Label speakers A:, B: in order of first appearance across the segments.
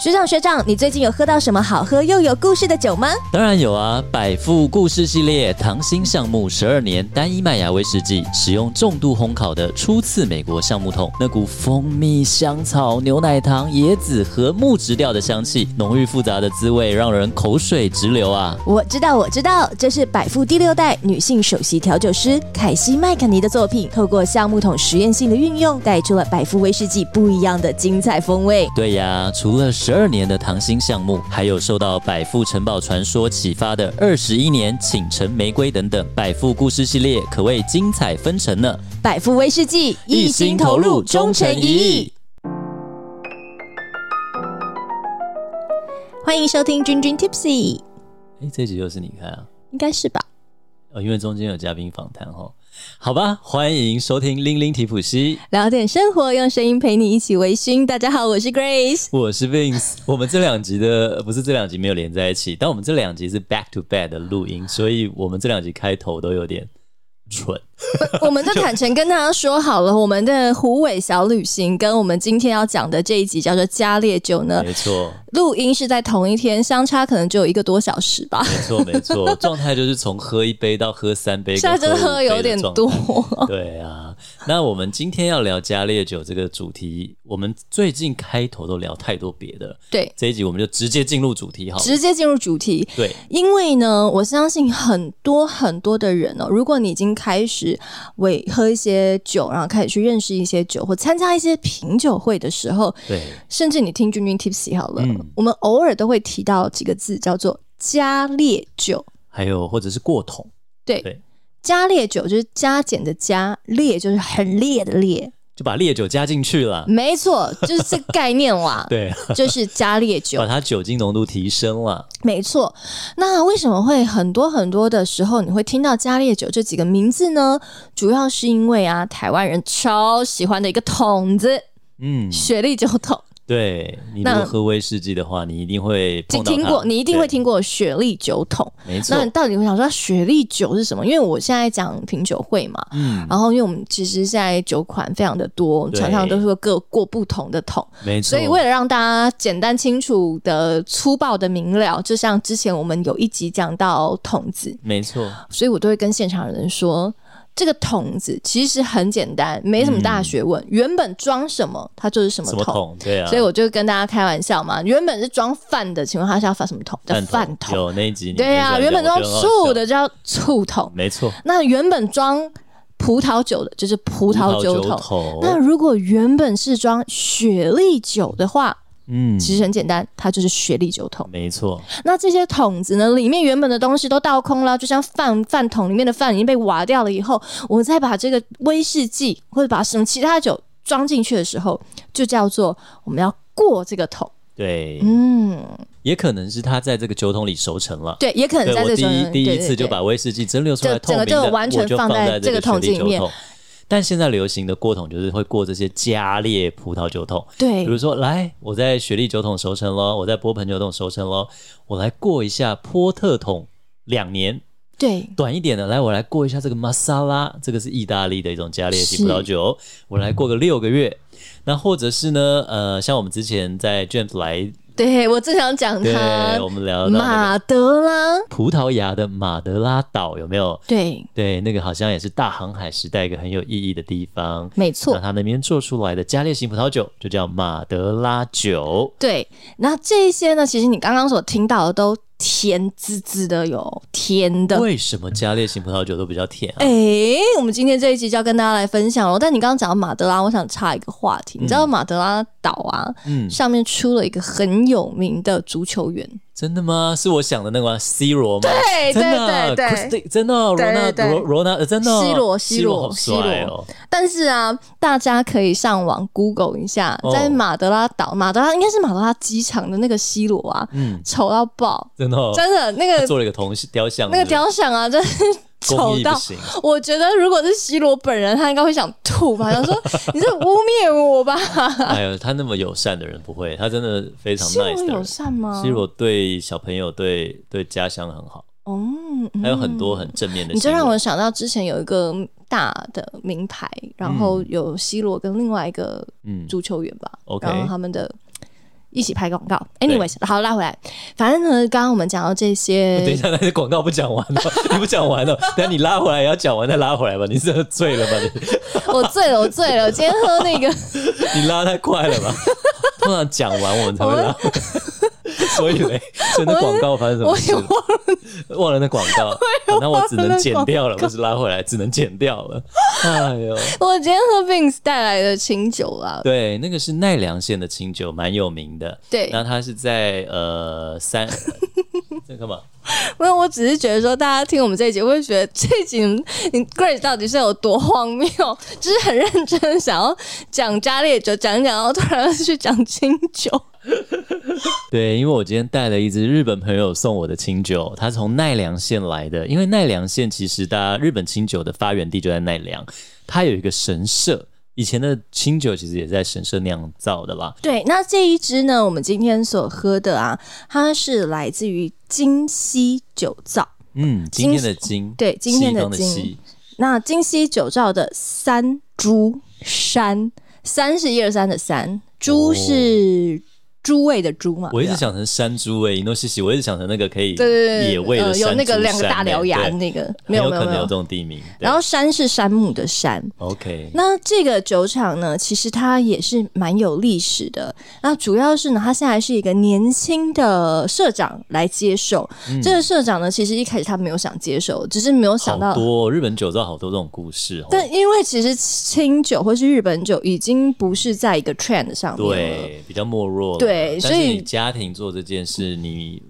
A: 学长学长，你最近有喝到什么好喝又有故事的酒吗？
B: 当然有啊！百富故事系列糖心橡木十二年单一麦芽威士忌，使用重度烘烤的初次美国橡木桶，那股蜂蜜、香草、牛奶糖、椰子和木质调的香气，浓郁复杂的滋味让人口水直流啊！
A: 我知道，我知道，这是百富第六代女性首席调酒师凯西·麦肯尼的作品，透过橡木桶实验性的运用，带出了百富威士忌不一样的精彩风味。
B: 对呀，除了十二年的糖心项目，还有受到百富城堡传说启发的二十一年寝城玫瑰等等，百富故事系列可谓精彩纷呈呢。
A: 百富威士忌，
B: 一心投入终成一意。
A: 欢迎收听君君 Tipsy，
B: 哎，这集又是你看啊，
A: 应该是吧？
B: 哦，因为中间有嘉宾访谈哦。好吧，欢迎收听《零零提普西》，
A: 聊点生活，用声音陪你一起微醺。大家好，我是 Grace。
B: 我是 Vince。我们这两集的呃不是这两集没有连在一起，但我们这两集是 back to back 的录音，所以我们这两集开头都有点蠢。
A: 我们就坦诚跟大家说好了，我们的虎尾小旅行跟我们今天要讲的这一集叫做《加烈酒》呢，
B: 没错，
A: 录音是在同一天，相差可能只有一个多小时吧。
B: 没错，没错，状态就是从喝一杯到喝三 杯，
A: 现在真的喝有点多。
B: 对啊，那我们今天要聊加烈酒这个主题，我们最近开头都聊太多别的了，
A: 对，
B: 这一集我们就直接进入主题好了。
A: 直接进入主题。
B: 对，
A: 因为呢，我相信很多很多的人哦，如果你已经开始为喝一些酒，然后开始去认识一些酒，或参加一些品酒会的时候，
B: 对，
A: 甚至你听君君 Tipsy 好了，
B: 嗯
A: 我们偶尔都会提到几个字，叫做加烈酒。
B: 还有或者是过桶，
A: 对，
B: 对
A: 加烈酒就是加减的加，烈就是很烈的烈，
B: 就把烈酒加进去了。。
A: 没错，就是这个概念啦
B: 对，
A: 就是加烈酒
B: 把，它酒精浓度提升了。
A: 没错。那为什么会很多很多的时候你会听到加烈酒这几个名字呢？主要是因为啊，台湾人超喜欢的一个桶子
B: 嗯
A: ——，雪莉酒桶。
B: 对你如
A: 那
B: 果喝威士忌的话，你一定会碰
A: 听
B: 到
A: 听
B: 它
A: 过，你一定会
B: 对
A: 听过雪莉酒桶。
B: 没错
A: 那，你到底会想说雪莉酒是什么？因为我现在讲品酒会嘛，
B: 嗯，
A: 然后因为我们其实现在酒款非常的多，
B: 对
A: 常常都是会各过不同的桶。
B: 没错。
A: 所以为了让大家简单清楚的、粗暴的明了，就像之前我们有一集讲到桶子，
B: 没错，
A: 所以我都会跟现场的人说，这个桶子其实很简单，没什么大学问，原本装什么它就是什么
B: 什么
A: 桶。
B: 桶？对啊，
A: 所以我就跟大家开玩笑嘛，原本是装饭的，请问他是要放什么桶？叫饭桶。
B: 有那一集你
A: 对
B: 分
A: 啊，
B: 享
A: 原本
B: 讲
A: 装
B: 我觉得很好
A: 醋
B: 笑，
A: 的叫醋桶，
B: 没错，
A: 那原本装葡萄酒的就是葡萄酒桶。
B: 头
A: 那如果原本是装雪莉酒的话，
B: 嗯，
A: 其实很简单，它就是雪莉酒桶。
B: 没错，
A: 那这些桶子呢，里面原本的东西都倒空了，就像饭饭桶里面的饭已经被挖掉了以后，我再把这个威士忌或者把什么其他酒装进去的时候，就叫做我们要过这个桶。
B: 对，
A: 嗯，
B: 也可能是它在这个酒桶里熟成了。
A: 对，也可能
B: 对
A: 在
B: 我
A: 这
B: 第
A: 种
B: 一第
A: 对
B: 一
A: 对
B: 次就
A: 对
B: 把威士忌蒸馏出来
A: 就
B: 透
A: 整
B: 明
A: 个就
B: 的，
A: 完全
B: 我就
A: 放
B: 放
A: 在
B: 在
A: 这个
B: 雪
A: 桶
B: 莉
A: 子里
B: 酒
A: 面
B: 桶。但现在流行的过桶就是会过这些加烈葡萄酒桶，比如
A: 对
B: 说，来，我在雪莉酒桶熟成咯，我在波盆酒桶熟成咯，我来过一下波特桶两年，
A: 对
B: 短一点的，来，我来过一下这个玛莎拉，这个是意大利的一种加烈
A: 是
B: 型葡萄酒，我来过个六个月。那或者是呢，呃，像我们之前在 James 来，
A: 对，我正想讲
B: 对
A: 它，
B: 我们聊到那个
A: 马德拉，
B: 葡萄牙的马德拉岛有没有？
A: 对，
B: 对，那个好像也是大航海时代一个很有意义的地方。
A: 没
B: 那
A: 错。
B: 他那边做出来的加烈型葡萄酒就叫马德拉酒，
A: 对，那这些呢，其实你刚刚所听到的都甜滋滋的哟，甜的。
B: 为什么加烈型葡萄酒都比较甜啊？
A: 哎、我们今天这一集就要跟大家来分享了。但你刚刚讲到马德拉，我想插一个话题。你知道马德拉岛啊，
B: 嗯，
A: 上面出了一个很有名的足球员，
B: 真的吗？是我想的那个吗？C 罗吗？
A: 对
B: 真的
A: 对对
B: Chris-
A: 对
B: 对，真的哦
A: 对
B: 罗纳
A: 对
B: 罗罗纳呃真的哦
A: C 罗
B: C 罗好
A: C 罗
B: 帅哦，
A: 但是啊，大家可以上网 Google 一下，
B: 哦
A: 在马德拉岛，马德拉应该是马德拉机场的那个 C 罗啊，
B: 嗯，
A: 丑到爆，
B: 真的哦，
A: 真的那
B: 他
A: 个
B: 做了一个铜雕像，
A: 那个雕像啊，真是
B: 对不对
A: 丑
B: 工艺
A: 到
B: 不。 行，
A: 我觉得如果是 C 罗本人，他应该会想吐吧， 想说你这污蔑我吧。
B: 哎呦，他那么友善的人不会，他真的非常
A: C 罗
B: nice 的
A: 友
B: 人。
A: 善吗
B: C 罗对小朋友、对对家乡很好，
A: 哦，
B: 还有很多
A: 嗯
B: 很正面的
A: 你这
B: 新闻。
A: 让我想到之前有一个大的名牌，然后有 C 罗跟另外一个
B: 嗯
A: 足球员吧，
B: OK
A: 然后他们的。一起拍广告。Anyways，好拉回来，反正呢，刚刚我们讲到这些，
B: 呃等一下，那些广告不讲完了，你不讲完了，等一下你拉回来也要讲完再拉回来吧。你是醉了吧？
A: 我醉了，我醉了，今天喝那 个，
B: 你你拉太快了吧？通常讲完我们才会拉。所以嘞，所以那广告发生什么
A: 我也
B: 事？
A: 忘了，
B: 忘了那广告，那我只能剪掉了，不是拉回来，只能剪掉了。哎呦，
A: 我今天喝 Vince 带来的清酒啊，
B: 对，那个是奈良县的清酒，蛮有名的。
A: 对
B: 那它是在呃三 在干嘛？
A: 没有，我只是觉得说，大家听我们这一集，会觉得这一集你你 Grace 到底是有多荒谬， 就是很认真地想要讲加烈酒，讲一讲，然后突然去讲清酒。
B: 对，因为我今天带了一支日本朋友送我的清酒，它从奈良县来的。因为奈良县其实大家日本清酒的发源地就在奈良，它有一个神社，以前的清酒其实也在神社酿造的啦。
A: 对，那这一支呢，我们今天所喝的啊，它是来自于京西酒造。
B: 嗯，今天的金，
A: 对今天的
B: 西方的
A: 金
B: 西
A: 那京西酒造的三株山，三是一二三的三，
B: 哦
A: 株是诸位的诸嘛？
B: 我一
A: 对
B: 直
A: 啊
B: 想成山猪诶、欸，伊诺西西，我一直想成那个可以
A: 对对对，
B: 野味的
A: 呃、
B: 山猪
A: 有那个两个
B: 山
A: 大
B: 欸
A: 獠牙
B: 对
A: 那个，没
B: 很有
A: 有没
B: 可
A: 有没
B: 能
A: 有
B: 有这。种地名。对
A: 然后山是山木的山。
B: OK，
A: 那这个酒厂呢，其实它也是蛮有历史的。那主要是呢，它现在是一个年轻的社长来接手。
B: 嗯
A: 这个社长呢，其实一开始他没有想接手，只是没有想
B: 好
A: 到。
B: 多、哦、日本酒造好多这种故事哦。
A: 但因为其实清酒或是日本酒已经不是在一个 trend 上面了，
B: 对，比较没落了。
A: 对
B: 但是
A: 所以
B: 你家庭做这件事，你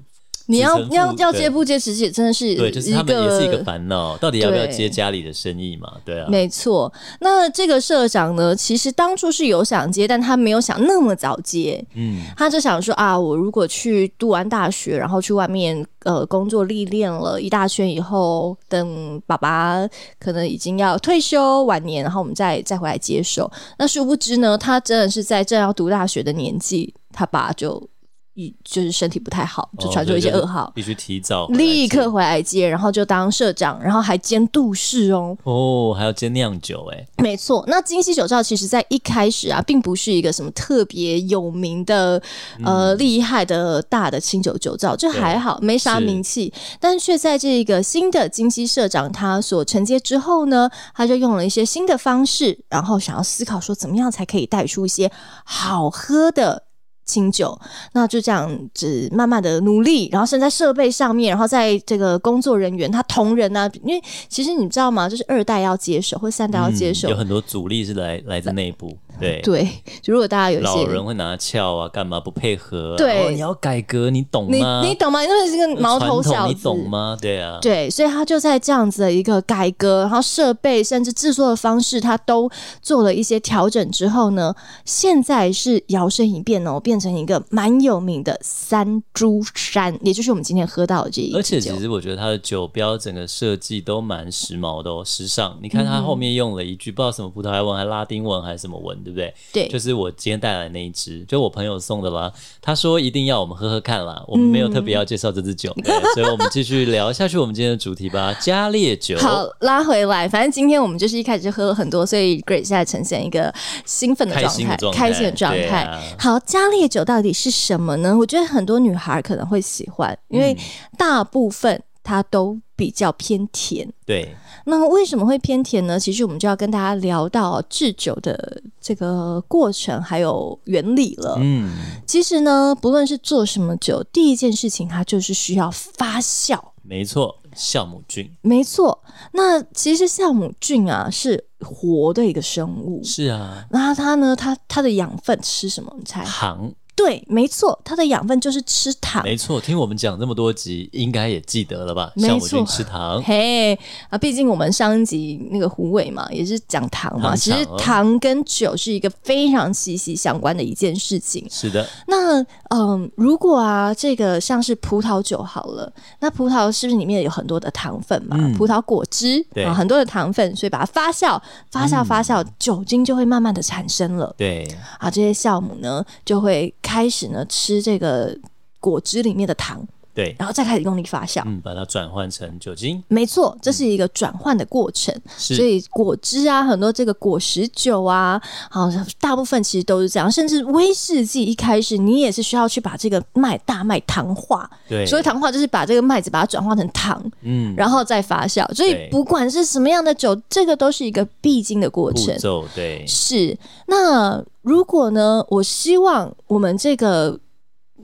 A: 你要
B: 自身负
A: 要要
B: 对
A: 接不接，其实也真的是
B: 对，就是他们也是一个烦恼，到底要不要
A: 对
B: 接家里的生意嘛？对啊，
A: 没错，那这个社长呢，其实当初是有想接，但他没有想那么早接，
B: 嗯，
A: 他就想说啊，我如果去读完大学，然后去外面呃工作历练了一大圈以后，等爸爸可能已经要退休晚年，然后我们再再回来接手。那殊不知呢，他真的是在正要读大学的年纪，他爸就一就是身体不太好，就
B: 哦
A: 传出一些噩耗。
B: 对就是必须提早回来
A: 立
B: 接
A: 刻回来接，然后就当社长，然后还兼杜氏哦。
B: 哦，还要接酿酒哎、
A: 没错，那京西酒造其实在一开始啊，并不是一个什么特别有名的、呃厉害的大的清酒酒造，这还好，没啥
B: 是
A: 名气。但却在这个新的京西社长他所承接之后呢，他就用了一些新的方式，然后想要思考说怎么样才可以带出一些好喝的。清酒，那就这样子慢慢的努力，然后先在设备上面，然后在这个工作人员他同仁啊，因为其实你知道吗？就是二代要接手或三代要接手，
B: 嗯有很多阻力是来来自内部，对。
A: 对，就如果大家有一
B: 老
A: 些
B: 人会拿翘啊，干嘛不配合、啊？
A: 对
B: 哦你要改革，你懂
A: 你
B: 吗？呃
A: 你懂吗？因为是个毛头
B: 传
A: 小
B: 统
A: 子，
B: 你懂吗？对啊，
A: 对，所以他就在这样子的一个改革，然后设备甚至制作的方式，他都做了一些调整之后呢，现在是摇身一变哦，变成一个蛮有名的三珠山，也就是我们今天喝到的这一
B: 而且
A: 支酒
B: 其实我觉得它的酒标整个设计都蛮时髦的哦，时尚。你看它后面用了一句、不知道什么葡萄牙文还拉丁文还是什么文，对不对？
A: 对
B: 就是我今天带来那一支，就我朋友送的啦。他说一定要我们喝喝看啦，我们没有特别要介绍这支酒，
A: 嗯
B: 对所以我们继续聊下去我们今天的主题 吧，加烈酒。
A: 好，拉回来，反正今天我们就是一开始就喝了很多，所以 Grace 现在呈现一个兴奋的
B: 开
A: 状
B: 心的
A: 态，
B: 状态
A: 开心的状
B: 对
A: 态。
B: 啊
A: 好，加烈酒到底是什么呢？我觉得很多女孩可能会喜欢，因
B: 嗯
A: 为大部分它都比较偏甜。
B: 对，
A: 那为什么会偏甜呢？其实我们就要跟大家聊到制酒的这个过程还有原理了。
B: 嗯，
A: 其实呢，不论是做什么酒，第一件事情它就是需要发酵。
B: 没错，酵母菌
A: 没错，那其实酵母菌啊是活的一个生物，
B: 是啊，
A: 那它呢，它它的养分吃什么？你猜？
B: 糖。
A: 对，没错，它的养分就是吃糖。
B: 没错，听我们讲这么多集，应该也记得了吧？
A: 没
B: 酵母
A: 错
B: 菌吃糖，
A: 嘿啊，毕竟我们上一集那个胡伟嘛，也是讲糖嘛，
B: 糖
A: 其实
B: 厂哦
A: 糖跟酒是一个非常息息相关的一件事情。
B: 是的，
A: 那嗯，如果啊，这个像是葡萄酒好了，那葡萄是不是里面有很多的糖分嘛？
B: 嗯
A: 葡萄果汁
B: 对嗯
A: 啊，很多的糖分，所以把它发酵、发酵、发酵，酒精就会慢慢的产生了
B: 对，
A: 啊。这些酵母呢，就会开始呢吃这个果汁里面的糖。
B: 对，
A: 然后再开始用力发酵。
B: 嗯，把它转换成酒精，
A: 没错，这是一个转换的过程，
B: 是
A: 所以果汁啊，很多这个果实酒啊，好，大部分其实都是这样。甚至威士忌一开始你也是需要去把这个麦大麦糖化，
B: 对，
A: 所谓糖化就是把这个麦子把它转化成糖，
B: 嗯，
A: 然后再发酵。所以
B: 对
A: 不管是什么样的酒，这个都是一个必经的过程
B: 步。骤对，
A: 是，那如果呢？我希望我们这个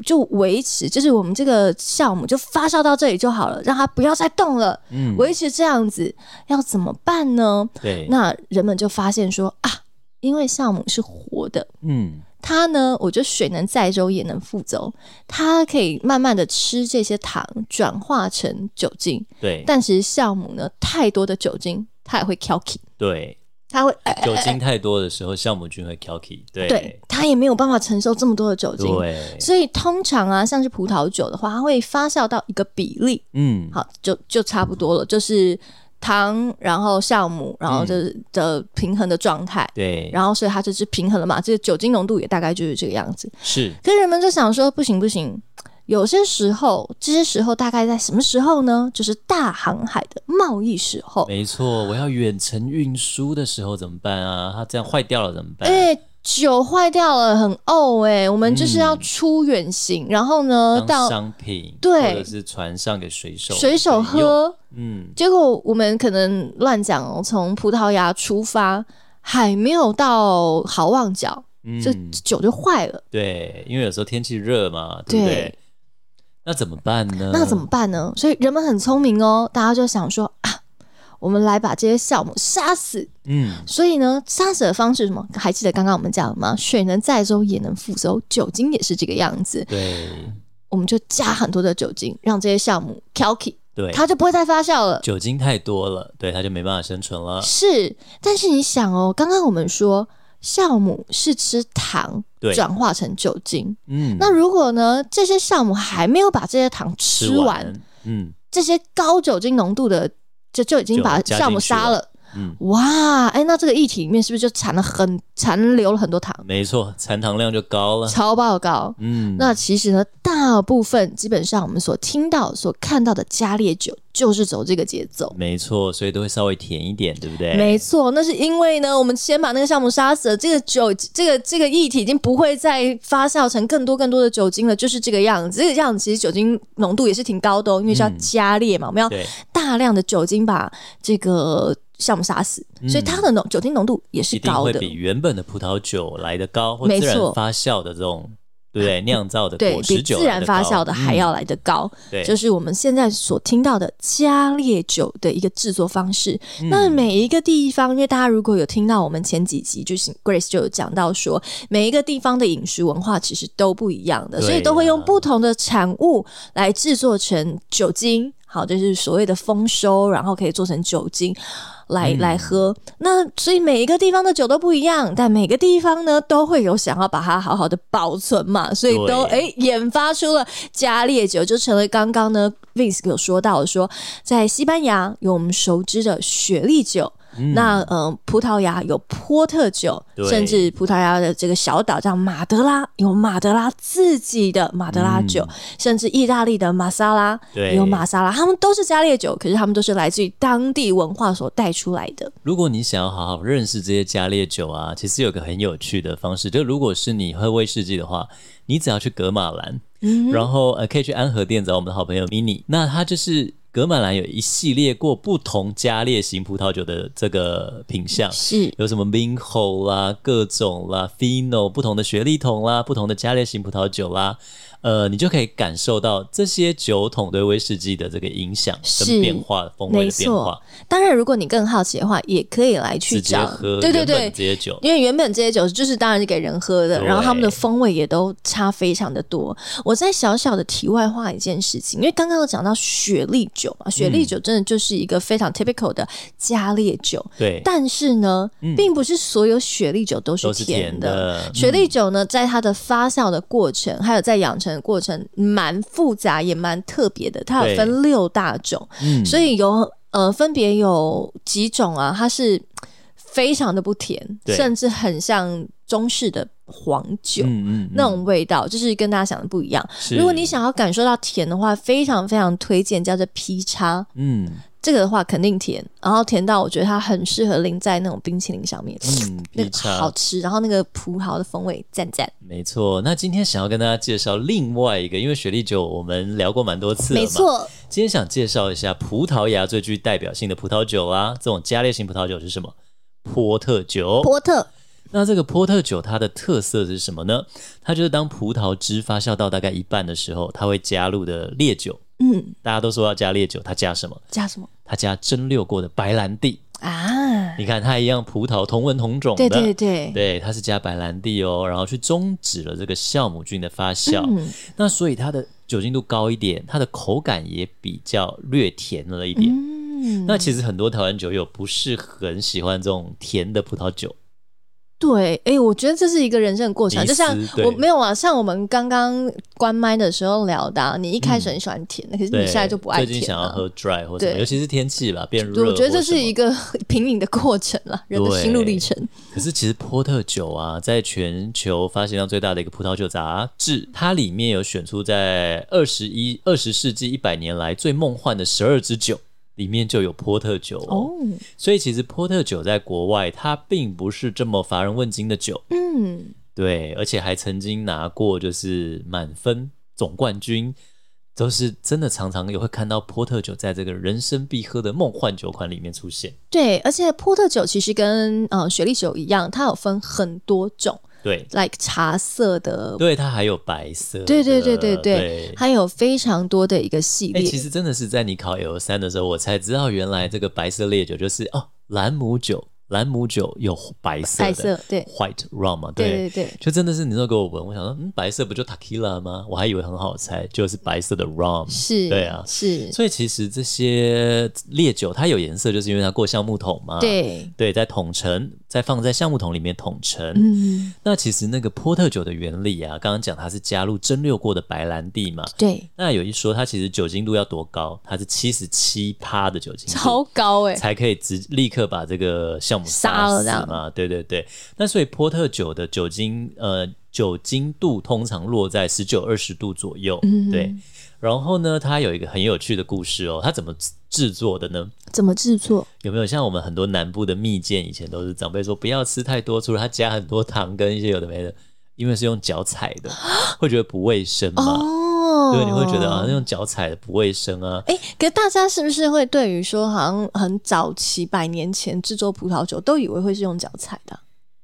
A: 就维持，就是我们这个项目就发酵到这里就好了，让它不要再动了，
B: 嗯，
A: 维持这样子，要怎么办呢？
B: 对，
A: 那人们就发现说啊，因为酵母是活的，
B: 嗯，
A: 它呢，我觉得水能载舟也能覆舟，它可以慢慢的吃这些糖，转化成酒精。
B: 对，
A: 但其实酵母呢，太多的酒精，它也会 k i k
B: 对，
A: 它会哎
B: 酒精太多的时候，酵母菌会 k i l k y 对，
A: 对，它也没有办法承受这么多的酒精。
B: 对，
A: 所以通常啊，像是葡萄酒的话，它会发酵到一个比例，
B: 嗯，
A: 好，就就差不多了，就是糖，然后酵母，然
B: 嗯
A: 后就是的平衡的状态。
B: 对，
A: 然后，所以它就是平衡了嘛，这个酒精浓度也大概就是这个样子。
B: 是，
A: 可是人们就想说，不行不行，有些时候，这些时候大概在什么时候呢？就是大航海的贸易时候。
B: 没错，我要远程运输的时候怎么办啊？它这样坏掉了怎么办？
A: 哎、酒坏掉了，很呕哎、我们就是要出远行，然后呢，
B: 嗯当
A: 到
B: 商品，
A: 对
B: 或者是船上给水手
A: 水手
B: 可以用，
A: 喝，
B: 嗯，
A: 结果我们可能乱讲哦，从葡萄牙出发，还没有到好望角，
B: 嗯
A: 这酒就坏了。
B: 对，因为有时候天气热嘛，对不
A: 对
B: 对？那怎么办呢？
A: 那怎么办呢？所以人们很聪明哦，大家就想说啊，我们来把这些酵母杀死。
B: 嗯，
A: 所以呢，杀死的方式是什么？还记得刚刚我们讲的吗？水能载舟，也能覆舟，酒精也是这个样子。
B: 对
A: 我们就加很多的酒精，让这些酵母 k i l k y
B: 对，
A: 它就不会再发酵了。
B: 酒精太多了，对，它就没办法生存了。
A: 是，但是你想哦，刚刚我们说酵母是吃糖
B: 对
A: 转化成酒精，
B: 嗯，
A: 那如果呢这些酵母还没有把这些糖吃
B: 吃
A: 完，
B: 完，嗯
A: 这些高酒精浓度的就就已经
B: 就
A: 把
B: 加
A: 酵
B: 进
A: 母
B: 去
A: 杀
B: 了
A: 了。
B: 嗯，
A: 哇，哎，那这个液体里面是不是就残了很残留了很多糖，
B: 没错，残糖量就高 了。
A: 超爆高？
B: 嗯，
A: 那其实呢，大部分基本上我们所听到、所看到的加烈酒就是走这个节奏。
B: 没错，所以都会稍微甜一点，对不对？
A: 没错，那是因为呢，我们先把那个酵母杀死了，这个酒，这个这个液体已经不会再发酵成更多更多的酒精了，就是这个样子。这个样子其实酒精浓度也是挺高的哦，因为是要
B: 嗯
A: 加烈嘛，我们要
B: 对，
A: 大量的酒精把这个酵母杀死，所以它的浓酒精浓度也是
B: 嗯一定
A: 高
B: 会
A: 的。
B: 比原本的葡萄酒来的高，或
A: 没
B: 自然
A: 错
B: 发酵的这种，对不对？酿造的
A: 对
B: 果
A: 比
B: 实酒
A: 自
B: 来
A: 然
B: 得
A: 发
B: 高
A: 酵的还、
B: 嗯
A: 要来得高，
B: 对，
A: 就是我们现在所听到的加烈酒的一个制作方式。
B: 嗯
A: 那每一个地方，因为大家如果有听到我们前几集，就是 Grace 就有讲到说，每一个地方的饮食文化其实都不一样的，
B: 对啊
A: 所以都会用不同的产物来制作成酒精。好，就是所谓的丰收，然后可以做成酒精来、
B: 嗯
A: 来喝。那所以每一个地方的酒都不一样，但每个地方呢都会有想要把它好好的保存嘛，所以都哎
B: 对
A: 研发出了加烈酒，就成了刚刚呢 Vince 有说到的说，在西班牙有我们熟知的雪莉酒。那嗯、呃葡萄牙有波特酒，
B: 对
A: 甚至葡萄牙的这个小岛叫马德拉，有马德拉自己的马德拉
B: 嗯
A: 酒，甚至意大利的马萨拉
B: 对
A: 有马萨拉，他们都是加烈酒，可是他们都是来自于当地文化所带出来的。
B: 如果你想要好好认识这些加烈酒啊，其实有个很有趣的方式，就如果是你喝威士忌的话，你只要去格马兰，然后呃可以去安和店找我们的好朋友 mini，那它就是。格马兰有一系列过不同加烈型葡萄酒的这个品相，
A: 是
B: 有什么 Vinho 啦、各种啦、Fino 不同的雪莉桶啦、不同的加烈型葡萄酒啦，呃，你就可以感受到这些酒桶对威士忌的这个影响
A: 是
B: 跟变化、风
A: 没
B: 味的变化
A: 错，当然，如果你更好奇的话，也可以来去
B: 直接
A: 找
B: 喝，
A: 对对
B: 原本
A: 对
B: 这。些酒，
A: 因为原本这些酒就是当然是给人喝的，
B: 对
A: 然后他们的风味也都差非常的多。我再小小的题外话一件事情，因为刚刚有讲到雪莉酒嘛，雪
B: 嗯
A: 莉酒真的就是一个非常 typical 的加烈酒，
B: 对，嗯
A: 但是呢，并不是所有雪莉酒都是
B: 都是甜
A: 甜的。
B: 的，
A: 雪莉酒呢，在它的发酵的过程，还有在养成的过程，蛮复杂也蛮特别的。它有
B: 对
A: 分六大种，
B: 嗯，
A: 所以有呃，分别有几种啊，它是非常的不甜，
B: 对
A: 甚至很像中式的黄酒、
B: 嗯嗯，
A: 那种味道，就是跟大家想的不一样。
B: 是
A: 如果你想要感受到甜的话，非常非常推荐叫做劈叉，
B: 嗯
A: 这个的话肯定甜，然后甜到我觉得它很适合淋在那种冰淇淋上面，
B: 嗯，
A: 那
B: 劈
A: 个
B: 叉
A: 好吃，然后那个葡萄的风味赞赞，
B: 没错，那今天想要跟大家介绍另外一个，因为雪莉酒我们聊过蛮多次了嘛。
A: 没，错。
B: 今天想介绍一下葡萄牙最具代表性的葡萄酒啊，这种加烈型葡萄酒是什么？波特酒。
A: 波特
B: 那这个波特酒它的特色是什么呢？它就是当葡萄汁发酵到大概一半的时候，它会加入的烈酒。
A: 嗯，
B: 大家都说要加烈酒，它加什么？
A: 加什么
B: 它加蒸馏过的白兰地。
A: 啊？
B: 你看，它一样葡萄同文同种的。
A: 对对对，
B: 对，它是加白兰地哦，然后去终止了这个酵母菌的发酵，
A: 嗯
B: 那所以它的酒精度高一点，它的口感也比较略甜了一点。
A: 嗯，
B: 那其实很多台湾酒友不是很喜欢这种甜的葡萄酒，
A: 对，哎、我觉得这是一个人生的过程，啊
B: 迷
A: 就
B: 思
A: 像
B: 对
A: 我没有啊，像我们刚刚关麦的时候聊的啊、你一开始很喜欢甜的，可是
B: 嗯对，
A: 你现嗯在就不爱
B: 最
A: 甜、
B: 近
A: 了。
B: 想要喝 dry 或什么，
A: 对
B: 尤其是天气啦，变热
A: 对，
B: 或什么。
A: 我觉得这是一个品饮的过程了，人的心路历程。
B: 可是其实波特酒啊，在全球发行量最大的一个葡萄酒杂志，它里面有选出在二十一、二十世纪一百年来最梦幻的十二支酒，里面就有波特酒
A: 哦，
B: 所以其实波特酒在国外它并不是这么乏人问津的酒，
A: 嗯，
B: 对，而且还曾经拿过就是满分总冠军，都是真的常常也会看到波特酒在这个人生必喝的梦幻酒款里面出现。
A: 对，而且波特酒其实跟呃雪莉酒一样，它有分很多种
B: 对，
A: ，like 茶色的，
B: 对，它还有白色的，呃
A: 对对对对
B: 对
A: 对，。它有非常多的一个系
B: 哎、
A: 列。
B: 其实真的是在你考 L 三的时候，我才知道原来这个白色烈酒就是哦，兰姆酒，兰姆酒有白色的
A: 白色对
B: white rum 嘛，
A: 对对对，
B: 就真的是你那时候给我闻，我想说，嗯，白色不就 tequila 吗？我还以为很好猜，就是白色的 rum。
A: 是，
B: 对啊
A: 是，
B: 所以其实这些烈酒它有颜色，就是因为它过橡木桶嘛。
A: 对，
B: 对，在桶陈，再放在橡木桶里面桶陈。
A: 嗯，
B: 那其实那个波特酒的原理啊，刚刚讲它是加入蒸馏过的白兰地嘛。
A: 对，
B: 那有一说，它其实酒精度要多高？它是七十七趴的酒精度，
A: 超高哎、
B: 才可以直立刻把这个项目
A: 杀了
B: 死
A: 这样
B: 嘛？对对对。那所以波特酒的酒精呃酒精度通常落在十九二十度左右，
A: 嗯
B: 对。然后呢，它有一个很有趣的故事哦，它怎么制作的呢？
A: 怎么制作？
B: 有没有像我们很多南部的蜜饯，以前都是长辈说不要吃太多，除了它加很多糖跟一些有的没的，因为是用脚踩 的，会觉得不卫生嘛？
A: 哦，
B: 对，你会觉得啊，那种脚踩的不卫生啊。
A: 哎、可是大家是不是会对于说，好像很早期百年前制作葡萄酒，都以为会是用脚踩的啊、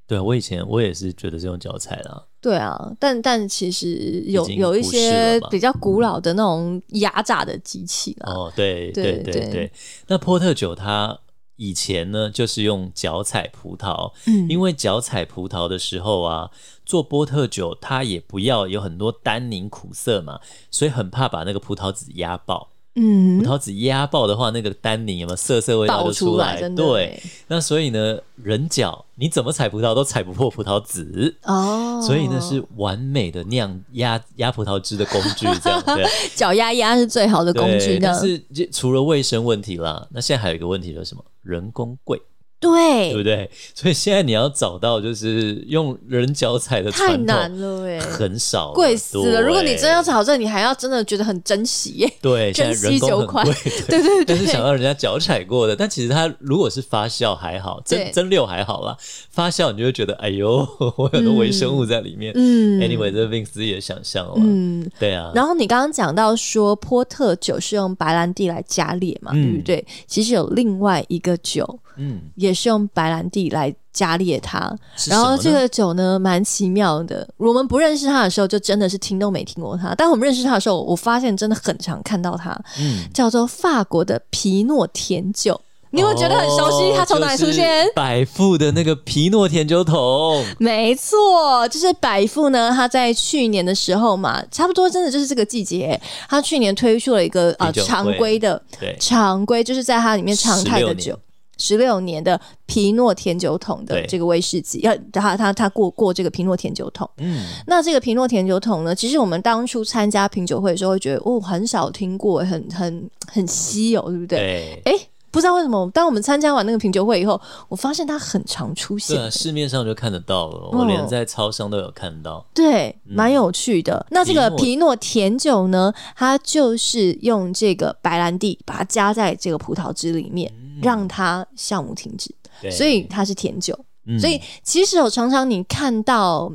B: 对我以前我也是觉得是用脚踩啦、
A: 对啊，但但其实有
B: 经
A: 有一
B: 不是了
A: 些
B: 吧
A: 比较古老的那种压榨的机器啦。
B: 哦，对
A: 对
B: 对
A: 对
B: 对。那波特酒它以前呢，就是用脚踩葡萄，
A: 嗯
B: 因为脚踩葡萄的时候啊，做波特酒它也不要有很多单宁苦涩嘛，所以很怕把那个葡萄籽压爆。葡
A: 嗯，
B: 萄籽压爆的话，那个单宁有没有涩涩味道
A: 爆
B: 就
A: 出
B: 来？
A: 真的
B: 对
A: 欸，
B: 那所以呢，人脚你怎么踩葡萄都踩不破葡萄籽。
A: 哦，
B: 所以呢，是完美的酿压压葡萄汁的工具，这样 对。
A: 脚丫压是最好的工具
B: 对但
A: 的，
B: 是就除了卫生问题啦，那现在还有一个问题就是什么？人工 贵，对
A: 对，
B: 不对？所以现在你要找到就是用人脚踩的
A: 太
B: 传
A: 难
B: 统
A: 了哎、
B: 很少了，
A: 贵死了！
B: 对
A: 如果你真要找这，你还要真的觉得很珍惜耶。
B: 对，现
A: 珍
B: 在人
A: 惜酒
B: 工
A: 款
B: 很贵，
A: 对对
B: 但是想
A: 对，
B: 要人家脚踩过的，但其实它如果是发酵还好，蒸
A: 对
B: 蒸馏还好啦，发酵你就会觉得哎呦， 我有很多微生物在里面。
A: 嗯
B: Anyway，这 Vince 自己的想象了，
A: 嗯，
B: 对啊，
A: 然后你刚刚讲到说波特酒是用白兰地来加烈嘛，
B: 嗯
A: 对不对？其实有另外一个酒
B: 嗯，
A: 也是用白兰地来加烈它。
B: 是
A: 然
B: 什么
A: 后
B: 呢
A: 这个酒呢，蛮奇妙的。我们不认识它的时候，就真的是听都没听过它；但我们认识它的时候，我发现真的很常看到它，
B: 嗯。
A: 叫做法国的皮诺甜酒。你有没有觉得很熟悉？
B: 哦
A: 它从哪里出现？
B: 就是百富的那个皮诺甜 酒桶，
A: 没错，就是百富呢，他在去年的时候嘛，差不多真的就是这个季节，他去年推出了一个呃
B: 品酒会
A: 常规的
B: 对，
A: 常规，就是在它里面常态的酒。十六年的皮诺甜酒桶的
B: 对
A: 这个威士忌，要它它它过过这个皮诺甜酒桶。
B: 嗯，
A: 那这个皮诺甜酒桶呢，其实我们当初参加品酒会的时候，会觉得哦，很少听过，很很很稀有，对不对？
B: 对，
A: 哎、不知道为什么，当我们参加完那个品酒会以后，我发现它很常出
B: 对
A: 现，
B: 啊，市面上就看得到了，我连在超商都有看到。
A: 对，蛮有趣的。那这个
B: 嗯皮
A: 皮诺甜酒呢，它就是用这个白兰地把它加在这个葡萄汁里面，让它酵母停止，
B: 嗯对，
A: 所以它是甜酒。
B: 嗯
A: 所以其实我常常你看到。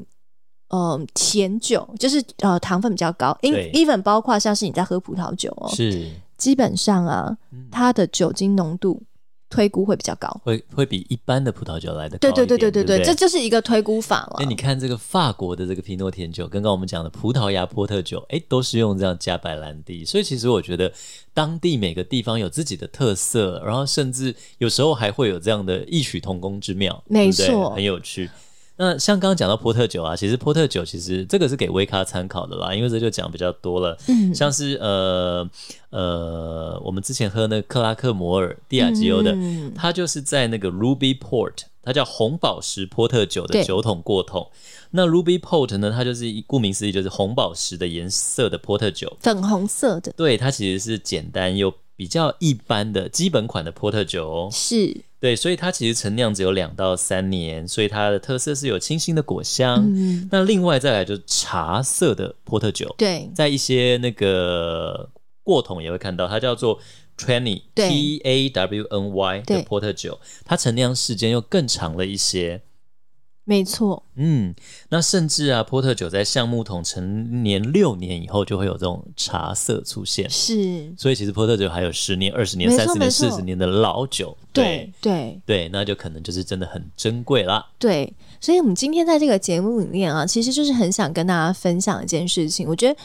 A: 嗯，甜酒就是呃糖分比较高
B: 对
A: ，in-，even 包括像是你在喝葡萄酒哦，
B: 是嗯
A: 基本上啊，它的酒精浓度推估会比较高。
B: 会会比一般的葡萄酒来的高
A: 对
B: 一
A: 对
B: 点
A: 对对对
B: 对
A: 对，
B: 不
A: 这就是一个推估法了
B: 哎，。你看这个法国的这个皮诺甜酒，跟刚刚我们讲的葡萄牙波特酒，哎，都是用这样加白兰地，所以其实我觉得当地每个地方有自己的特色，然后甚至有时候还会有这样的异曲同工之妙，
A: 没
B: 对不对
A: 错
B: 很有趣。那像刚刚讲到波特酒啊，其实波特酒其实这个是给威咖参考的啦，因为这就讲比较多了。
A: 嗯
B: 像是呃呃，我们之前喝那个克拉克摩尔蒂亚吉欧的，
A: 嗯
B: 它就是在那个 Ruby Port，它叫红宝石波特酒的
A: 对
B: 酒桶过桶。那 Ruby Port 呢，它就是一顾名思义就是红宝石的颜色的波特酒。
A: 粉红色的
B: 对，它其实是简单又比较一般的基本款的波特酒哦。
A: 是
B: 对，所以它其实陈酿只有两到三年，所以它的特色是有清新的果香。
A: 嗯
B: 那另外再来就是茶色的波特酒，
A: 对
B: 在一些那个过桶也会看到，它叫做 Twenty
A: 对
B: T A W N Y 的
A: 对
B: 波特酒，它陈酿时间又更长了一些。
A: 没错，
B: 嗯，那甚至啊，波特酒在橡木桶陈年六年以后，就会有这种茶色出现。
A: 是，
B: 所以其实波特酒还有十年、二十年、
A: 没
B: 三
A: 错
B: 十年、
A: 没错
B: 四十年的老酒。
A: 对对
B: 对，那就可能就是真的很珍贵啦。
A: 对。所以，我们今天在这个节目里面啊，其实就是很想跟大家分享一件事情。我觉得，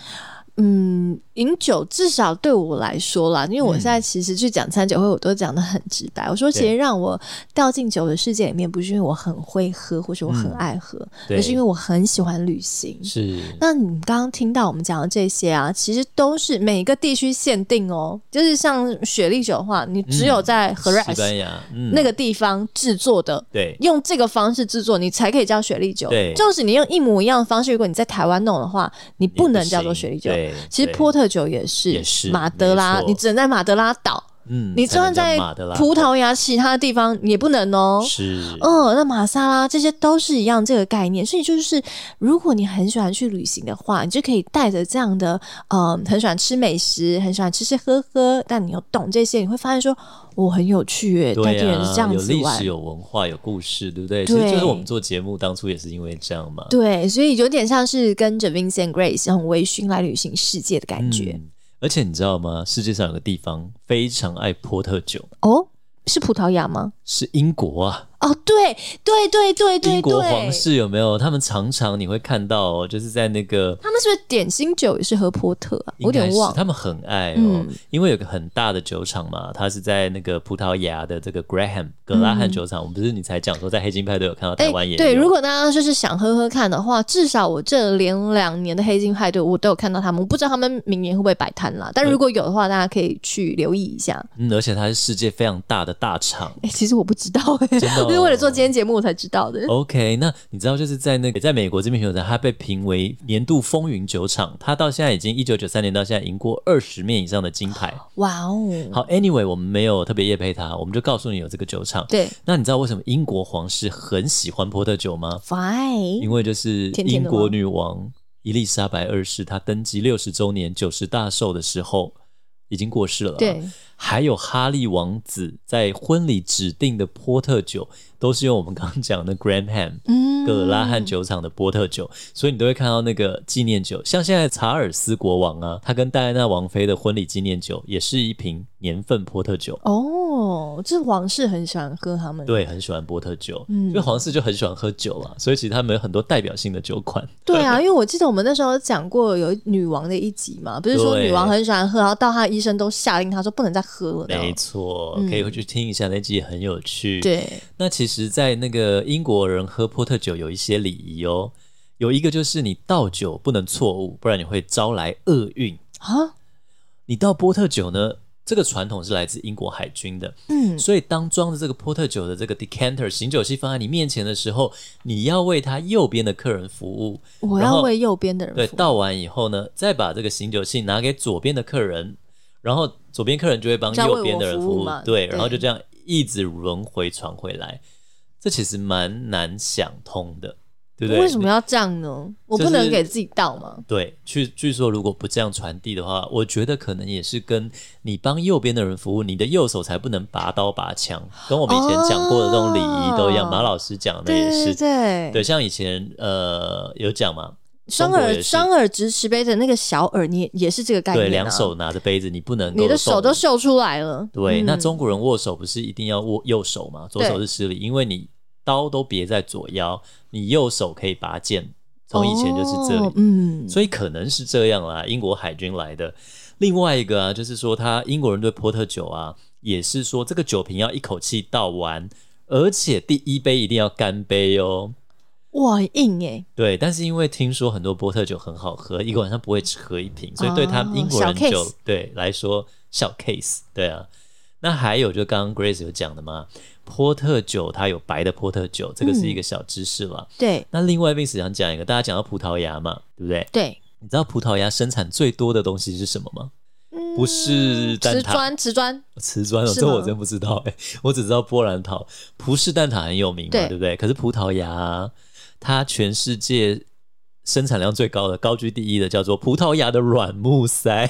A: 嗯，饮酒至少对我来说啦，因为我现在其实去讲餐酒会，我都讲的很直白。我说，其
B: 嗯对
A: 实让我掉进酒的世界里面，不是因为我很会喝，或者我很
B: 嗯
A: 爱喝，
B: 对
A: 而是因为我很喜欢旅行。
B: 是，
A: 那你刚刚听到我们讲的这些啊，其实都是每个地区限定哦。就是像雪莉酒的话，你只有在荷兰
B: 西班牙，嗯，
A: 那个地方制作的，
B: 对
A: 用这个方式制作，你才可以叫雪莉酒
B: 对。
A: 就是你用一模一样的方式，如果你在台湾弄的话，你不能叫做雪莉酒。
B: 对，
A: 其实
B: 对
A: 波特酒也是，
B: 也是
A: 马德拉
B: 没，错
A: 你只能在马德拉岛，
B: 嗯，
A: 你
B: 才
A: 就算
B: 能叫
A: 在
B: 马德拉
A: 葡萄牙其他地方也不能哦。
B: 是，
A: 哦，那玛莎拉这些都是一样这个概念，所以就是如果你很喜欢去旅行的话，你就可以带着这样的，嗯，很喜欢吃美食，很喜欢吃吃喝喝，但你又懂这些，你会发现说，我、很有趣耶，
B: 对
A: 带别人
B: 啊
A: 是这样
B: 有
A: 子
B: 历
A: 玩
B: 史、。有文化、有故事，对不对？其实
A: 对
B: 就是我们做节目当初也是因为这样嘛，
A: 对，所以有点像是跟着 Vincent Grace 用微醺来旅行世界的感觉。
B: 嗯而且你知道吗？世界上有个地方非常爱波特酒，
A: 哦，是葡萄牙吗？
B: 是英国啊。
A: 哦，对对对对对
B: 英国
A: 对，
B: 皇室有没有？他们常常你会看到、哦，就是在那个
A: 他们是不是点心酒也是喝波特啊？我有
B: 应
A: 点
B: 该是
A: 忘了。
B: 他们很爱哦，
A: 嗯
B: 因为有个很大的酒厂嘛，它是在那个葡萄牙的这个
A: 嗯
B: Graham 格拉汉酒厂。我们不是你才讲说在黑金派都有看到台湾也有，
A: 哎对，如果大家就是想喝喝看的话，至少我这连两年的黑金派对，我都有看到他们。我不知道他们明年会不会摆摊啦，但如果有的话，大家可以去留意一下。
B: 嗯，而且它是世界非常大的大厂。
A: 哎、其实我不知道、欸，
B: 真 的哦哦
A: 我是为了做今天节目我才知道的。
B: OK，那你知道就是在那个在美国这边酒厂，它被评为年度风云酒厂，它到现在已经一九九三年到现在赢过二十面以上的金牌。
A: 哇哦，
B: 好，Anyway，我们没有特别夜配它，我们就告诉你有这个酒厂。
A: 对
B: 那你知道为什么英国皇室很喜欢波特酒吗？
A: ，Fine，
B: 因为就是
A: 甜
B: 英
A: 甜的吗
B: 国女王伊丽莎白二世她登基六十周年九十大寿的时候已经过世了。啊
A: 对，
B: 还有哈利王子在婚礼指定的波特酒，都是用我们刚刚讲的 Graham。
A: 嗯，
B: 格拉汉酒厂的波特酒，所以你都会看到那个纪念酒，像现在查尔斯国王啊，他跟戴安娜王妃的婚礼纪念酒也是一瓶年份波特酒。
A: 哦，这皇室很喜欢喝他们。
B: 对，很喜欢波特酒，
A: 嗯
B: 因为皇室就很喜欢喝酒啊，所以其实他们有很多代表性的酒款。
A: 对 啊，因为我记得我们那时候讲过有女王的一集嘛，不是说
B: 对
A: 女王很喜欢喝，然后到她医生都下令她说不能再喝了。这样
B: 没错，可以回去听一下那集，也很有趣。，
A: 对，
B: 那其实，在那个英国人喝波特酒有一些礼仪哦，有一个就是你倒酒不能错误，不然你会招来厄运。
A: 啊，
B: 你倒波特酒呢，这个传统是来自英国海军的，
A: 嗯，
B: 所以当装着这个波特酒的这个 decanter 醒酒器放在你面前的时候，你要为他右边的客人服务。
A: 我
B: 然
A: 要
B: 后
A: 为右边的人
B: 对，
A: 服务
B: 倒完以后呢，再把这个醒酒器拿给左边的客人，然后左边客人就会帮
A: 这样
B: 右
A: 为
B: 边
A: 我
B: 的人
A: 服
B: 服
A: 务
B: 务，
A: 嘛
B: 对，
A: 对
B: 然后就这样一直轮回传回来，这其实蛮难想通的，对不对？
A: 为什么要这样呢？我
B: 就是
A: 不能给自己倒吗？
B: 对，据据说如果不这样传递的话，我觉得可能也是跟你帮右边的人服务，你的右手才不能拔刀拔枪，跟我们以前讲过的这种礼仪都一样。
A: 哦
B: 马老师讲的也
A: 对
B: 是，
A: 对对，
B: 对，像以前呃有讲嘛，
A: 双
B: 中国
A: 耳
B: 也是
A: 双耳直持杯的那个小耳，你也也是这个概念、啊。
B: 对，两手，拿着杯子，你不能够
A: 你的手
B: 动
A: 都秀出来了。
B: 对。
A: 嗯
B: 那中国人握手不是一定要握右手吗？左手
A: 对
B: 是失礼，因为你刀都别在左腰，你右手可以拔剑，从以前就是这里。
A: 哦嗯，
B: 所以可能是这样啦。英国海军来的。另外一个啊，就是说他英国人对波特酒啊，也是说这个酒瓶要一口气倒完，而且第一杯一定要干杯哦。
A: 哇很硬哎、
B: 对，但是因为听说很多波特酒很好喝，一个晚上不会只喝一瓶，所以对他们
A: 哦
B: 英国人
A: 小
B: 酒、
A: case
B: 对来说小 case，对啊。那还有就刚刚 Grace 有讲的嘛，波特酒它有白的波特酒，这个是一
A: 嗯
B: 个小知识啦。
A: 对
B: 那另外 Vince 想讲一个，大家讲到葡萄牙嘛，对不对？
A: 对，
B: 你知道葡萄牙生产最多的东西是什么吗？
A: 嗯
B: 不是蛋
A: 瓷
B: 挞、啊
A: 砖瓷砖，
B: 瓷砖哦，
A: 是
B: 这
A: 吗
B: 我真不知道哎、 我只知道波兰桃、葡式蛋挞很有名嘛，
A: 对
B: 对不对？可是葡萄牙啊它全世界生产量最高的、高居第一的叫做葡萄牙的软木塞。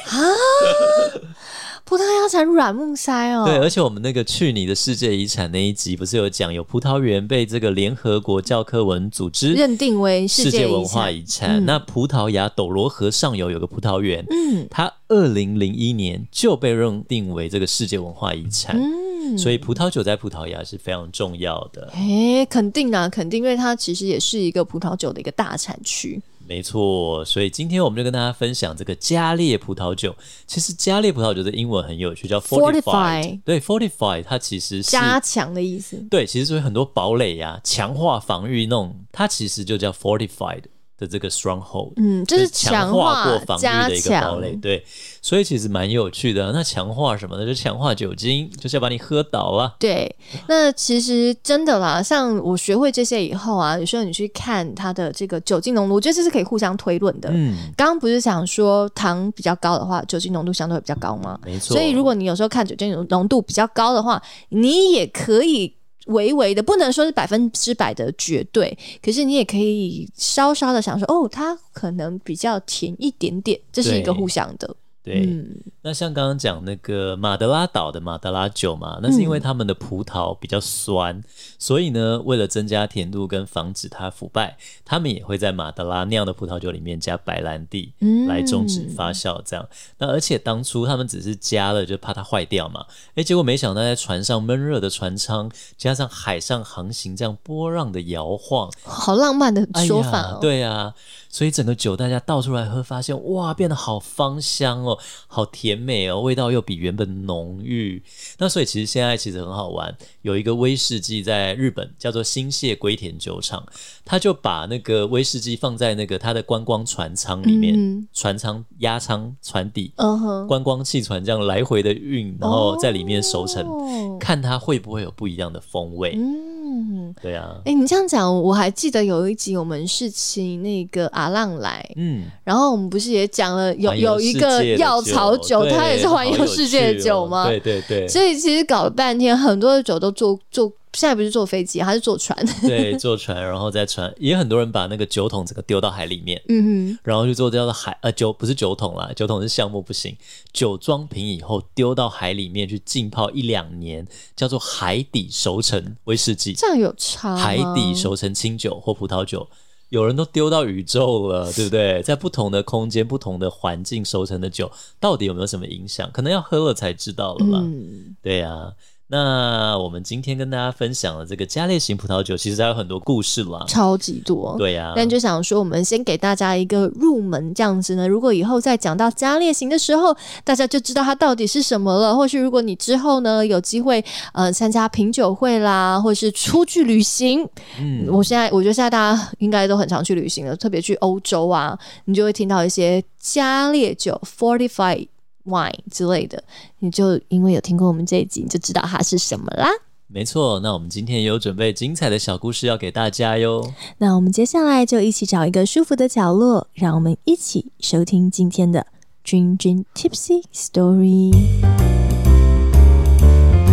A: 葡萄牙产软木塞哦。
B: 对，而且我们那个去你的世界遗产那一集不是有讲，有葡萄园被这个联合国教科文组织
A: 认定为世
B: 世界
A: 界遗
B: 文化
A: 产
B: 遗产。
A: 嗯
B: 那葡萄牙斗罗河上游有个葡萄园，
A: 嗯
B: 它二零零一年就被认定为这个世界文化遗产，
A: 嗯，
B: 所以葡萄酒在葡萄牙是非常重要的。
A: 哎，肯定啊，肯定，因为它其实也是一个葡萄酒的一个大产区。
B: 没错，所以今天我们就跟大家分享这个加烈葡萄酒。其实加烈葡萄酒的英文很有趣，叫
A: Fortified
B: fortified。对，fortify 它其实是
A: 加强的意思，
B: 对，其实就是很多堡垒呀、强化防御那种，它其实就叫 fortified 的这个 stronghold。
A: 嗯，这
B: 就是强
A: 强
B: 化
A: 化
B: 过防御
A: 加
B: 的一个堡
A: 强，
B: 垒，对，所以其实蛮有趣的啊、那强化什么呢？就强化酒精，就是要把你喝倒啊。
A: 对，那其实真的啦，像我学会这些以后啊，有时候你去看它的这个酒精浓度，我觉得这是可以互相推论的。
B: 嗯，
A: 刚刚不是讲说糖比较高的话，酒精浓度相对会比较高吗？
B: 没错。
A: 所以如果你有时候看酒精浓浓度比较高的话，你也可以微微的，不能说是百分之百的绝对，可是你也可以稍稍的想说，哦，它可能比较甜一点点，这是一个
B: 对
A: 互相的。
B: 对，
A: 嗯，
B: 那像刚刚讲那个马德拉岛的马德拉酒嘛，那是因为
A: 嗯
B: 他们的葡萄比较酸，所以呢，为了增加甜度跟防止它腐败，他们也会在马德拉酿的葡萄酒里面加白兰地
A: 嗯
B: 来终止发酵。这样，那而且当初他们只是加了，就怕它坏掉嘛。诶，结果没想到在船上闷热的船舱，加上海上航行这样波浪的摇晃，
A: 好浪漫的
B: 哎
A: 说
B: 呀
A: 法哦。
B: 对啊，所以整个酒大家倒出来喝，发现哇，变得好芳香哦，好甜美哦，味道又比原本浓郁。那所以其实现在其实很好玩，有一个威士忌在日本叫做新泻龟田酒厂，他就把那个威士忌放在那个他的观光船舱里面，
A: 嗯
B: 船舱、压舱、船底。
A: 嗯哼，
B: 观光汽船这样来回的运，然后在里面熟成，
A: 哦
B: 看它会不会有不一样的风味。
A: 嗯，
B: 对啊，
A: 哎、你这样讲，我还记得有一集我们是请那个阿浪来，
B: 嗯，
A: 然后我们不是也讲了有
B: 环游
A: 有一个
B: 世界的
A: 药草酒，
B: 对
A: 它也是环游世界的酒吗？
B: 好有趣哦哦对 对对，
A: 所以其实搞了半天，很多的酒都坐坐，现在不是坐飞机，还是坐船。
B: 对，坐船然后再船，也很多人把那个酒桶整个丢到海里面，
A: 嗯
B: 然后就做叫做海呃酒不是酒桶啦，酒桶是项目不行，酒装瓶以后丢到海里面去浸泡一两年，叫做海底熟成威士忌
A: 哼，， 这样有差吗
B: 海底熟成清酒或葡萄酒。有人都丢到宇宙了，对不对？在不同的空间、不同的环境熟成的酒，到底有没有什么影响？可能要喝了才知道了啦。
A: 嗯，
B: 对呀、那我们今天跟大家分享了这个加烈型葡萄酒，其实还有很多故事啦。
A: 超级多。
B: 对啊呀、
A: 但就想说，我们先给大家一个入门，这样子呢。如果以后再讲到加烈型的时候，大家就知道它到底是什么了。或是如果你之后呢有机会，呃，参加品酒会啦，或是出去旅行，
B: 嗯
A: 我现在我觉得现在大家应该都很常去旅行了，特别去欧洲啊，你就会听到一些加烈酒 （fortified wine） 之类的，你就因为有听过我们这一集，你就知道它是什么啦。
B: 没错。那我们今天也有准备精彩的小故事要给大家哟。
A: 那我们接下来就一起找一个舒服的角落，让我们一起收听今天的君君 Tipsy Story。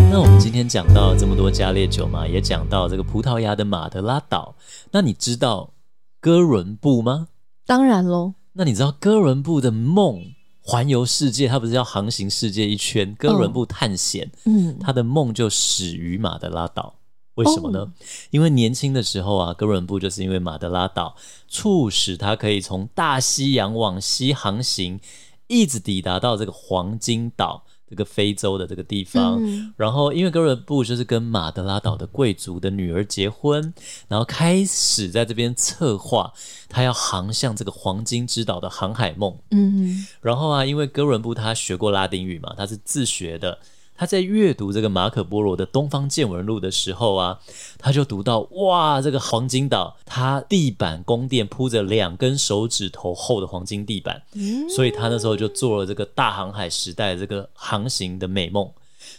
B: 那我们今天讲到了这么多加烈酒嘛，也讲到这个葡萄牙的马德拉岛。那你知道哥伦布吗？
A: 当然喽，
B: 那你知道哥伦布的梦环游世界，他不是要航行世界一圈？哥伦布探险，
A: 嗯，
B: 他的梦就始于马德拉岛。为什么呢？因为年轻的时候啊，哥伦布就是因为马德拉岛促使他可以从大西洋往西航行，一直抵达到这个黄金岛这个非洲的这个地方。
A: 嗯
B: 然后，因为哥伦布就是跟马德拉岛的贵族的女儿结婚，然后开始在这边策划他要航向这个黄金之岛的航海梦。
A: 嗯
B: 然后啊，因为哥伦布他学过拉丁语嘛，他是自学的。他在阅读这个马可波罗的《东方见闻录》的时候啊，他就读到哇，这个黄金岛，它地板宫殿铺着两根手指头厚的黄金地板，
A: 嗯
B: 所以他那时候就做了这个大航海时代这个航行的美梦。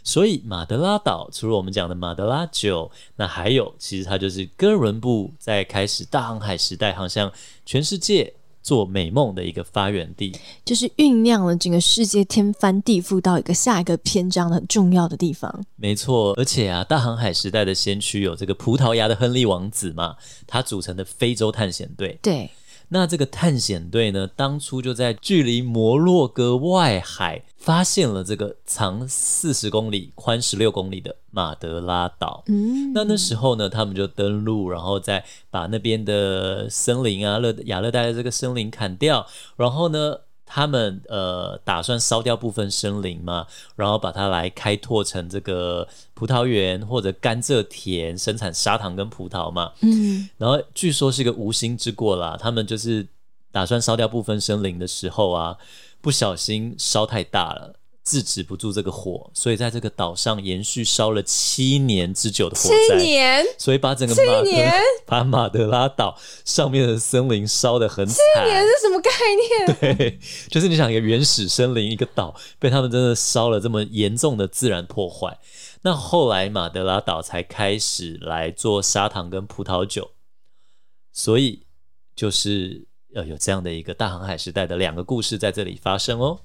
B: 所以马德拉岛除了我们讲的马德拉酒，那还有其实它就是哥伦布在开始大航海时代，航向全世界做美梦的一个发源地。
A: 就是酝酿了整个世界天翻地覆到一个下一个篇章的很重要的地方。
B: 没错，而且啊，大航海时代的先驱有这个葡萄牙的亨利王子嘛，他组成的非洲探险队。
A: 对，
B: 那这个探险队呢，当初就在距离摩洛哥外海发现了这个长四十公里、宽十六公里的马德拉岛。
A: 嗯，
B: 那那时候呢，他们就登陆，然后再把那边的森林啊，热亚热带的这个森林砍掉，然后呢，他们呃打算烧掉部分森林嘛，然后把它来开拓成这个葡萄园或者甘蔗田，生产砂糖跟葡萄嘛。
A: 嗯
B: 然后据说是一个无心之过啦，他们就是打算烧掉部分森林的时候啊，不小心烧太大了。制止不住这个火，所以在这个岛上延续烧了七年之久的火灾。
A: 年
B: 所以把整个马德
A: 年
B: 把马德拉岛上面的森林烧得很惨，
A: 是什么概念？
B: 对，就是你想一个原始森林一个岛被他们真的烧了这么严重的自然破坏，那后来马德拉岛才开始来做砂糖跟葡萄酒，所以就是呃有这样的一个大航海时代的两个故事在这里发生哦。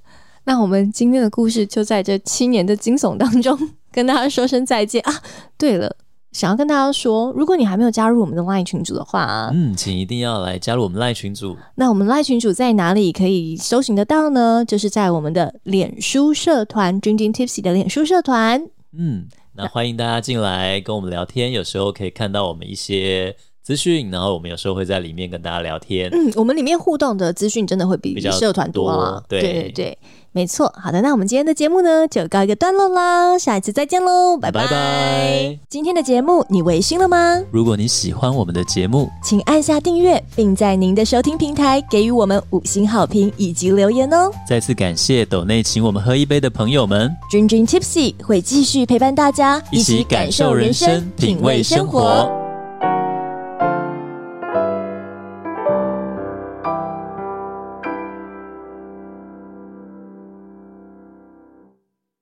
A: 那我们今天的故事就在这七年的惊悚当中跟大家说声再见啊！对了，想要跟大家说，如果你还没有加入我们的 LINE 群组的话啊，
B: 嗯，请一定要来加入我们赖群组，
A: 那我们赖群主在哪里可以搜寻得到呢？就是在我们的脸书社团“君君 Tipsy” 的脸书社团。
B: 嗯，那欢迎大家进来跟我们聊天，有时候可以看到我们一些资讯，然后我们有时候会在里面跟大家聊天。
A: 嗯，我们里面互动的资讯真的会比
B: 比较
A: 社团多啊
B: 多对
A: 对对对，没错。好的，那我们今天的节目呢就告一个段落啦，下一次再见喽，拜
B: 拜拜
A: 今天的节目你微醺了吗？
B: 如果你喜欢我们的节目，
A: 请按下订阅，并在您的收听平台给予我们五星好评以及留言哦。
B: 再次感谢斗内请我们喝一杯的朋友们，
A: 君君 Tipsy 会继续陪伴大家，
B: 一起感受人生，品味生活。